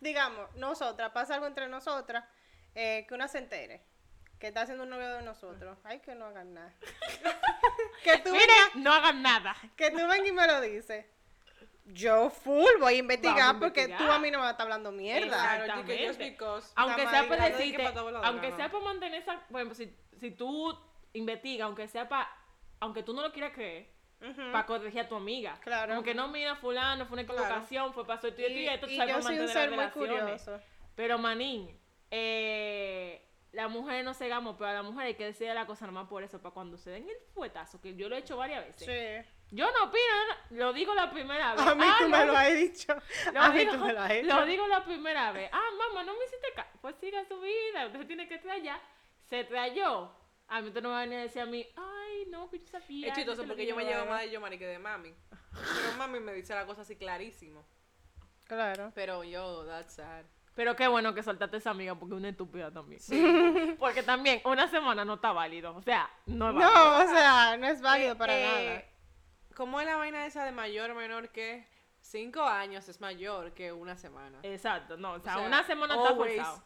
digamos, nosotras, pasa algo entre nosotras, eh, que una se entere que está haciendo un novio de nosotros.
Mm.
Ay, que no hagan nada. que, tú
Miren,
vengas,
no hagan nada.
que tú vengas y me lo dices. Yo full voy a investigar
Vamos a
porque
investigar.
tú a mí no me estás hablando mierda.
Claro, yo que just
Exactamente.
because.
Aunque sea
Tamarindo,
para
no dije
decirte,
que para todo lo
aunque
demás.
sea para mantener esa, por ejemplo, si, si tú investigas, aunque sea para, aunque tú no lo quieras creer, para corregir a tu amiga.
Claro.
Aunque no mira fulano, fue una
Claro.
equivocación, fue pasó esto y esto y
Y,
esto, tú
y
sabes
yo
cómo
soy un
mantener las
ser muy
relaciones.
curioso.
Pero manín, eh, las mujeres no cegamos, pero a la mujer hay que decirle la cosa nomás por eso, para cuando se den el fuetazo, que yo lo he hecho varias veces.
Sí.
Yo no opino, lo digo la primera vez.
A mí
Ah,
tú
no,
me lo has dicho.
lo
a mí
digo,
tú me lo has hecho.
lo digo la primera vez. Ah, mamá, no me hiciste caso. Pues siga su vida. Usted tiene que trallar. Se trayó. A mí tú no me vas a venir a decir a mí, ay, no, que yo sabía.
Es
yo
chistoso
te lo
porque yo me llevo
llevaba".
más de Yomari que de mami. Pero mami me dice la cosa así clarísimo.
Claro.
Pero yo, that's sad.
Pero qué bueno que soltaste esa amiga porque es una estúpida también. porque también una semana no está válido. O sea, no es válido.
No, o sea, no es válido para
Eh,
nada.
¿Cómo es la vaina esa de mayor menor que cinco años es mayor que una semana?
Exacto, no. O sea,
O sea,
una semana está
always.
forzado.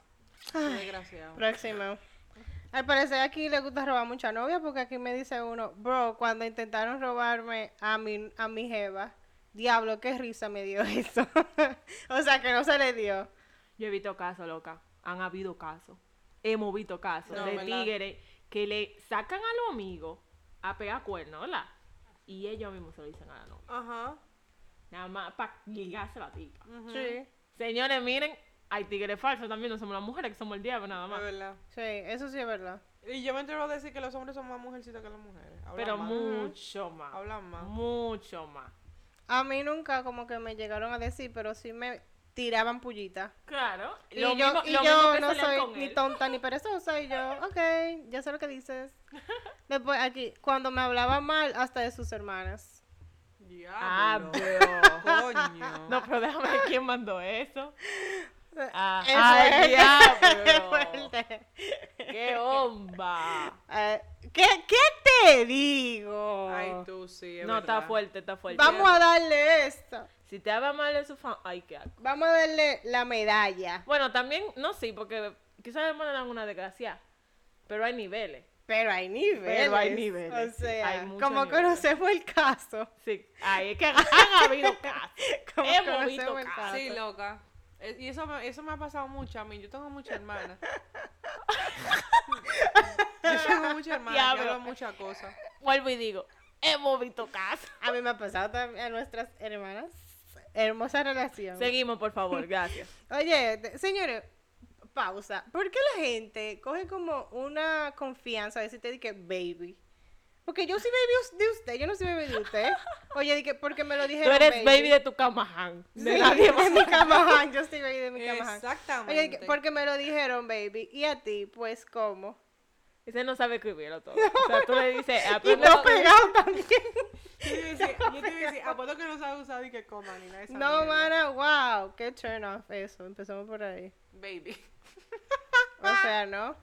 Qué desgraciado.
Próximo. Al parecer aquí le gusta robar mucha novia porque aquí me dice uno, bro, cuando intentaron robarme a mi, a mi jeva, diablo, qué risa me dio eso. o sea, que no se le dio.
Yo he visto casos, loca. Han habido casos. Hemos visto casos
No,
de
¿verdad?
tigres que le sacan a los amigos a pegar cuernos, ¿verdad? Y ellos mismos se lo dicen a la novia.
Ajá.
Nada más para ligarse a la tipa.
Sí.
Señores, miren, hay tigres falsos también. No somos las mujeres, que somos el diablo, nada
La
más.
verdad.
Sí, eso sí es verdad.
Y yo me entero a decir que los hombres son más mujercitos que las mujeres. Hablan
Pero
más.
mucho más.
Hablan más.
Mucho más.
A mí nunca como que me llegaron a decir, pero sí me tiraban pullita.
Claro.
Y
lo
yo,
mismo-
y
lo
yo
mismo que
no
salían
soy
con
ni
él.
tonta ni perezosa. Y yo, ok, ya sé lo que dices. Después aquí, cuando me hablaba mal, hasta de sus hermanas.
Diablo.
pero-
Coño.
Ah, No, pero déjame ver quién mandó eso. Ah,
Eso
¡Ay,
es.
diablo!
Fuerte.
¡Qué bomba!
Eh, ¿Qué, ¿Qué te digo?
Ay, tú sí. es
No, está
verdad.
fuerte, está fuerte.
Vamos a darle esto.
Si te habla mal de su fan, ay, qué asco.
Vamos a darle la medalla.
Bueno, también, no sí, porque quizás hermano eran una desgracia, pero hay niveles.
Pero hay niveles.
Pero hay niveles,
O
sí,
sea,
hay muchos
como
niveles.
conocemos el caso.
Sí, ay, es que han habido casos.
Como
Hemos
conocemos
visto
el
casos.
caso.
Sí, loca. Eh, Y eso me, eso me ha pasado mucho a mí. Yo tengo muchas hermanas. Yo tengo muchas hermanas.
Diablo.
Yo hablo muchas cosas.
Vuelvo y digo, hemos visto casos.
A mí me ha pasado también a nuestras hermanas. Hermosa relación.
Seguimos, por favor, gracias.
Oye, te- señores, pausa. ¿Por qué la gente coge como una confianza de decirte de que baby? Porque yo soy baby us- de usted, yo no soy baby de usted. Oye, de que porque me lo
Tú
dijeron
eres baby de tu cama, Han. De
Sí,
nadie
de
más.
mi camaján, yo soy baby de mi camaján. Oye, de
Exactamente.
que porque me lo dijeron baby. Y a ti, pues, ¿cómo?
Ese no sabe escribirlo todo. O sea, tú le dices,
Y
aprende
no
a
pegado también.
Yo te iba a decir, yo te iba a decir, apuesto que no sabe usar y que coma ni nada. de esa
No,
mierda.
mana, wow, qué turn off eso. Empezamos por ahí.
Baby.
O sea, ¿no?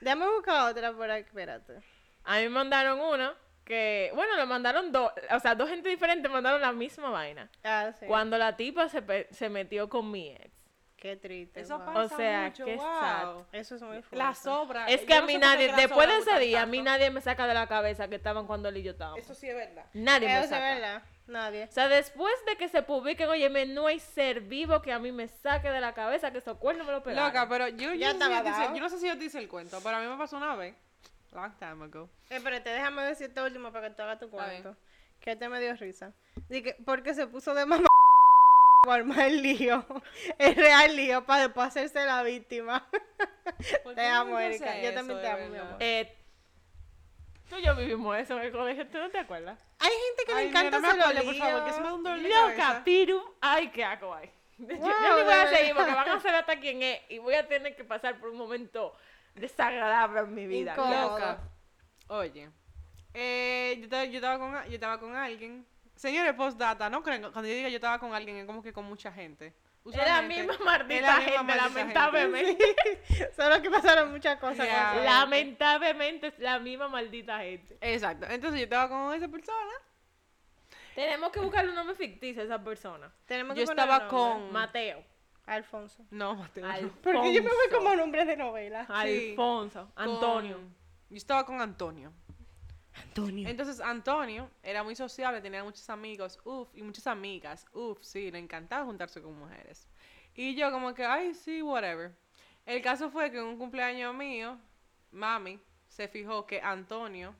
Déjame buscar otra por aquí, espérate.
A mí me mandaron uno que, bueno, lo mandaron dos, o sea, dos gente diferente mandaron la misma vaina.
Ah, sí.
Cuando la tipa se, pe- se metió con mi ex.
Qué triste.
Eso
wow.
pasa
sea,
mucho.
qué
wow.
sad.
Eso es muy fuerte.
La sobra.
Es que
Ah, Yo
a
no
mí
sé por qué
nadie,
las
después
sobras
de ese
gustan
día, a mí
tanto.
nadie me saca de la cabeza que estaban cuando él y yo estábamos.
Eso sí es verdad.
Nadie me
Eso es
saca.
verdad. Nadie.
O sea, después de que se publiquen, óyeme, no hay ser vivo que a mí me saque de la cabeza que esos cuernos me lo pegaron.
Loca, pero yo, yo
Ya
no sé si
estaba
yo te hice-
dado.
yo no sé si yo te hice el cuento, pero a mí me pasó una vez. Long time ago.
Eh, Espérate, déjame decir esto último para que tú hagas tu
Está bien.
cuento. que te me dio risa. Dije, porque se puso de mamá para armar el lío, el real lío, para después hacerse la víctima.
¿Por qué
Te amo,
uno
Erika.
hace
Yo
eso,
también
de
te amo, mi
verdad?
amor.
Eh, tú y yo vivimos eso en el colegio, ¿tú no te acuerdas?
Hay gente que
Ay,
le encanta
mira, no me
hacer
acuerdo,
los
por favor, que
líos.
eso me da un dolor de
Loca,
cabeza.
piru, ay, qué asco hay. Yo, yo
Wow,
ni voy a
de
seguir porque
verdad.
van a saber hasta quién es y voy a tener que pasar por un momento desagradable en mi vida.
Incómodo.
Loca.
Loca. Oye, eh, yo, estaba, yo, estaba con, yo estaba con alguien. Señores, postdata, no crean, cuando yo diga yo estaba con alguien es como que con mucha gente.
Es la
Usualmente,
misma
es
maldita
la misma
gente,
maldita gente.
lamentablemente.
Solo que pasaron muchas cosas.
Ya.
con esa gente.
Lamentablemente es la misma maldita gente.
Exacto, entonces yo estaba con esa persona.
Tenemos que buscarle un nombre ficticio a esa persona.
Tenemos que
Yo
ponerle
estaba
nombre.
con.
Mateo.
Alfonso.
no, Mateo. no.
Alfonso.
Porque yo me voy como nombre de novela.
Sí.
Alfonso.
Con-
Antonio.
Yo estaba con Antonio.
Antonio.
Entonces Antonio era muy sociable, tenía muchos amigos, uff, y muchas amigas, uff, sí, le encantaba juntarse con mujeres. Y yo como que, ay, sí, whatever. El caso fue que en un cumpleaños mío, mami se fijó que Antonio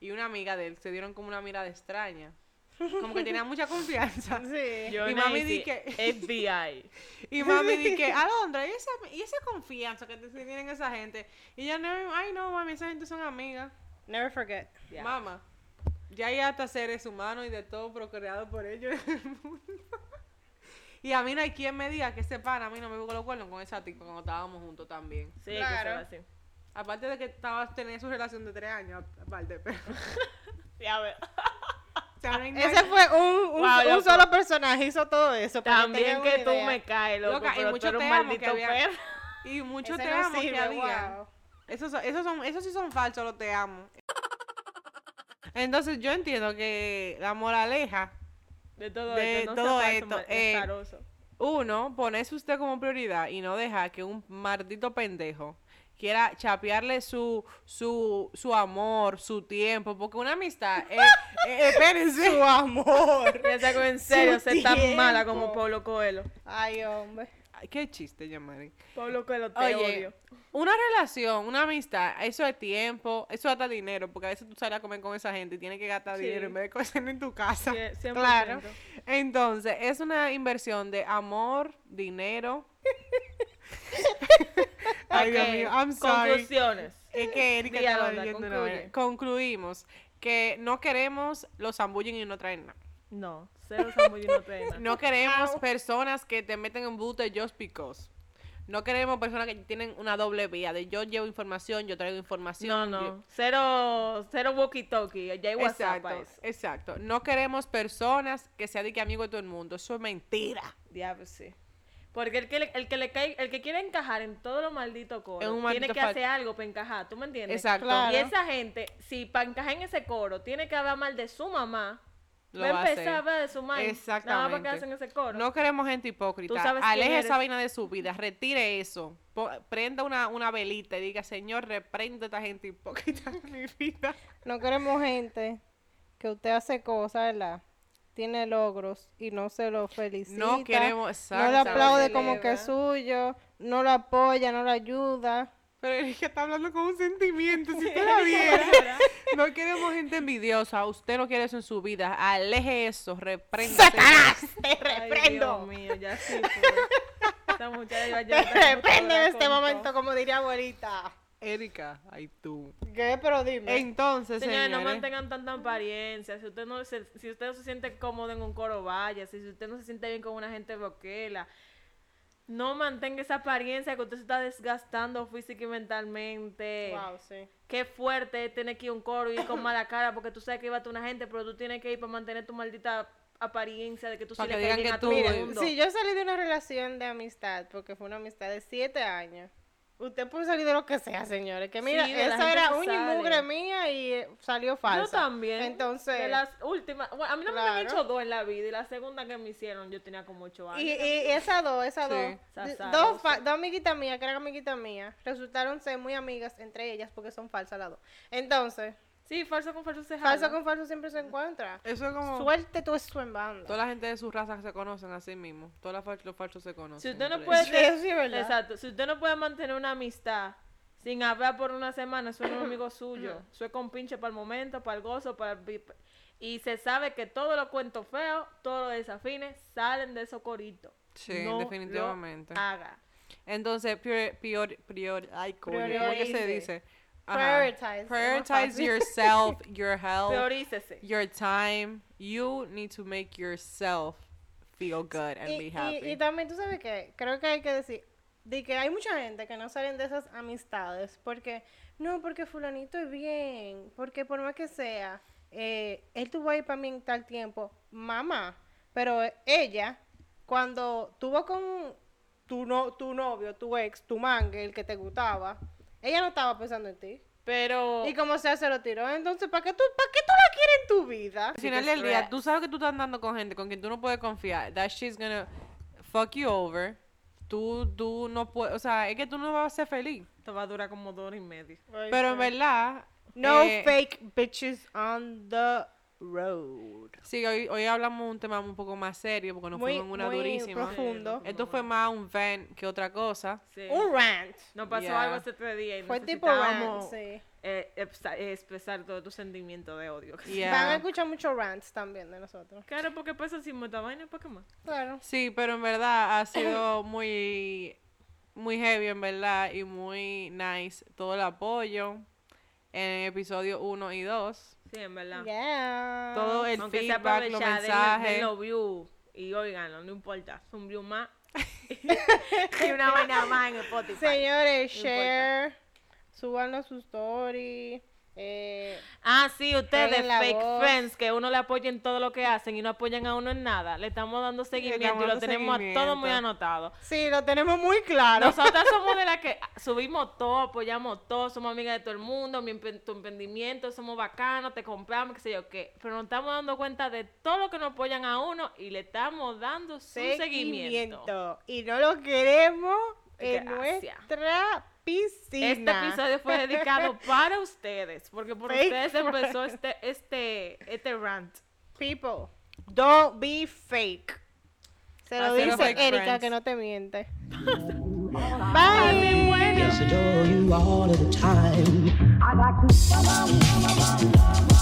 y una amiga de él se dieron como una mirada extraña. Como que tenía mucha confianza.
Sí.
Yo
Y mami
nací
di que-
FBI.
Y mami dije, Alondra, ¿y esa, y esa confianza que te tienen esa gente. Y ella, no, ay, no, mami, esa gente son amigas.
Never forget.
Ya.
Mamá, ya hay hasta seres humanos y de todo procreado por ellos en el mundo. Y a mí no hay quien me diga que ese pana a mí no me buscó los cuernos con esa tipa cuando estábamos juntos también.
Sí, que
Claro.
son así.
Aparte de que estabas teniendo su relación de tres años, aparte, pero...
Ya veo.
o sea, no hay nadie-
Ese fue un, un,
Wow,
un
loco.
solo personaje, hizo todo eso. para
También
tengan
que
una
tú
idea.
me caes, loco,
Loca, y
pero tú
mucho
eres un
te amo que
maldito
había-
perro.
Y muchos
Ese
te
no
amo que
sirve,
había.
wow.
Esos, son- esos, son, esos sí son falsos, los te amo. Entonces yo entiendo que la moraleja,
De todo
De
esto, no
todo
seas
esto,
mal-
eh,
azaroso.
uno, ponerse usted como prioridad y no dejar que un maldito pendejo quiera chapearle su, su, su amor, su tiempo, porque una amistad es... eh, espérense.
Su amor.
Ya saco en serio
Su
ser tan mala
tiempo.
como Pablo Coelho.
Ay, hombre.
Ay, Qué chiste, Yamari.
Pablo Coelho, te
Oye,
odio.
una relación, una amistad, eso es tiempo, eso hasta dinero, porque a veces tú sales a comer con esa gente y tienes que gastar
Sí.
dinero en vez de cocinarlo en tu casa.
Cien- cien
Claro.
por ciento.
Entonces, es una inversión de amor, dinero. Ay, Dios
Ok,
mío, I'm sorry.
Conclusiones.
Es que Erika
Di,
estaba
Alondra,
leyendo una
concluye.
vaina. Concluimos que no queremos los zambullen y no traen nada.
No, cero zambullino pena.
No queremos
Au.
personas que te meten en buto just because. No queremos personas que tienen una doble vía de yo llevo información, yo traigo
No,
información. yo-
no. Cero, cero walkie-talkie. Ya hay WhatsApp
Exacto,
para eso.
exacto. No queremos personas que sea de que amigo de todo el mundo. Eso es mentira.
Diablo, sí. Porque el que, le, el que le cae, el que quiere encajar en todo lo maldito
Es
coro,
un
tiene
maldito
que
fal-
hacer algo para encajar, ¿tú me entiendes?
Exacto.
Y
Claro.
esa gente, si para encajar en ese coro, tiene que hablar mal de su mamá,
Lo
va
va
a
a
empezar a
hacer.
hablar de su mamá. Nada más para
Exactamente.
quedarse en ese coro.
No queremos gente
Tú
hipócrita.
sabes quién
Aleje
eres.
esa vaina de su vida. Retire eso. Po- prenda una, una velita y diga, Señor, reprende a esta gente hipócrita de mi vida.
No queremos gente que usted hace cosas, ¿verdad? Tiene logros y no se lo felicita.
No queremos-
No lo
exacto.
aplaude
Celebra.
como que es suyo. No lo apoya, no lo ayuda.
Pero Erika está hablando con un sentimiento, si usted la viera. No queremos gente envidiosa. Usted no quiere eso en su vida. Aleje eso. Reprenda.
¡Te
Ay, Dios
reprendo!
mío, ya sí. pues. Esta muchacha iba a
¡Te
llevar esta
reprendo en
computadora
este
con
momento, como diría abuelita!
Erika, ay tú.
¿Qué? Pero dime.
Entonces,
Señores,
señores.
no mantengan tanta apariencia. Si usted no se, si usted no se siente cómodo en un coro, vaya. Si usted no se siente bien con una gente boquela, no mantenga esa apariencia que usted se está desgastando física y mentalmente.
Wow, sí.
Qué fuerte es tener que ir a un coro y ir con mala cara porque tú sabes que iba a tu una gente, pero tú tienes que ir para mantener tu maldita apariencia de que tú sí
Para
le
que
caes
digan
bien
que
a todo el
tú-
mundo.
Si yo salí de una relación de amistad, porque fue una amistad de siete años, usted puede salir de lo que sea, señores. Que mira,
Sí, de la
eso
gente
era
que
uña y
sale.
mugre mía y eh, salió falsa.
Yo también.
Entonces,
De las últimas. Bueno, a mí no me han
Claro.
hecho dos en la vida. Y la segunda que me hicieron, yo tenía como ocho años.
y, y esas dos, esas
Sí.
dos,
Esas
dos,
dos.
fa- dos amiguitas mías, que eran amiguitas mías, resultaron ser muy amigas entre ellas porque son falsas las dos. Entonces,
Sí, falso con falso se
falso
jala.
con falso siempre se encuentra.
Eso es como.
Suerte tú eso en banda.
Toda la gente de su raza se conocen a sí mismo. Todos los fal- los falsos se conocen.
Si usted no
entre
puede
ellos.
Sí,
tener-
eso sí es verdad.
Exacto. Si usted no puede mantener una amistad sin hablar por una semana, eso no es un amigo suyo. Eso es compinche para el momento, para el gozo, para el... vi- Y se sabe que todos los cuentos feos, todos los desafines salen de esos coritos.
Sí,
No lo
definitivamente.
haga.
Entonces, prior, prior, prior, ay, coño, ¿cómo que se
Priorice.
dice? Ajá.
Prioritize, es más
Prioritize
fácil.
yourself, your health,
Priorícese.
your time. You need to make yourself feel good and
Y,
be
y-
happy.
y también tú sabes que creo que hay que decir de que hay mucha gente que no salen de esas amistades porque no, porque fulanito es bien, porque por más que sea, eh, él tuvo ahí para mí en tal tiempo, mamá, pero ella cuando tuvo con tu no, tu novio, tu ex, tu mangue, el que te gustaba, ella no estaba pensando en ti.
Oh.
Pero.
Y como sea, se lo tiró. Entonces, ¿para qué tú, para qué tú la quieres en tu vida?
Al final del día, tú sabes que tú estás andando con gente con quien tú no puedes confiar. That shit's gonna fuck you over. Tú, tú no puedes, o sea, es que tú no vas a ser feliz.
Esto va a durar como dos horas y media.
Pero en verdad...
No
eh,
fake bitches on the road.
Sí, hoy, hoy hablamos un tema un poco más serio porque nos
Muy,
fuimos en una
muy
durísima.
profundo.
Esto fue más un vent que otra cosa.
Sí.
Un rant.
Nos pasó
Yeah.
algo hace tres días y
Fue tipo rant,
necesitábamos
sí.
eh, exa- eh, expresar todo tu sentimiento de odio.
Yeah.
Van a escuchar muchos rants también de nosotros.
Claro, porque pasa si esta vaina, ¿para qué más?
Claro.
Sí, pero en verdad ha sido muy, muy heavy, en verdad, y muy nice todo el apoyo en episodio 1 y 2.
Sí, en verdad.
Yeah.
Todo el
Aunque sea
feedback, los
aprovechar, denle-
mensajes.
denle los views y oiganlo, no importa. Es un view más. y una vaina más en Spotify.
Señores,
No importa.
share. Súbanos su story. Eh,
Ah, sí, ustedes,
Peguen la
fake
voz.
friends, que uno le apoya en todo lo que hacen y no apoyan a uno en nada. Le estamos dando seguimiento y
dando
lo tenemos a todo muy
seguimiento.
anotado.
sí, lo tenemos muy claro.
Nosotras somos de las que subimos todo, apoyamos todo, somos amigas de todo el mundo, mi empe- tu emprendimiento, somos bacanos, te compramos, qué sé yo qué. Pero nos estamos dando cuenta de todo lo que nos apoyan a uno y le estamos dando su seguimiento.
Y no lo queremos en
Gracias.
nuestra piscina.
Este episodio fue dedicado para ustedes, porque por
Fake
ustedes empezó este, este, este rant.
People, don't be fake. Se lo
Hacer
dice
fake
Erika
friends.
que no te miente.
Pasen
Bye.
buenas.
Yes, adore you all of the time. I like to.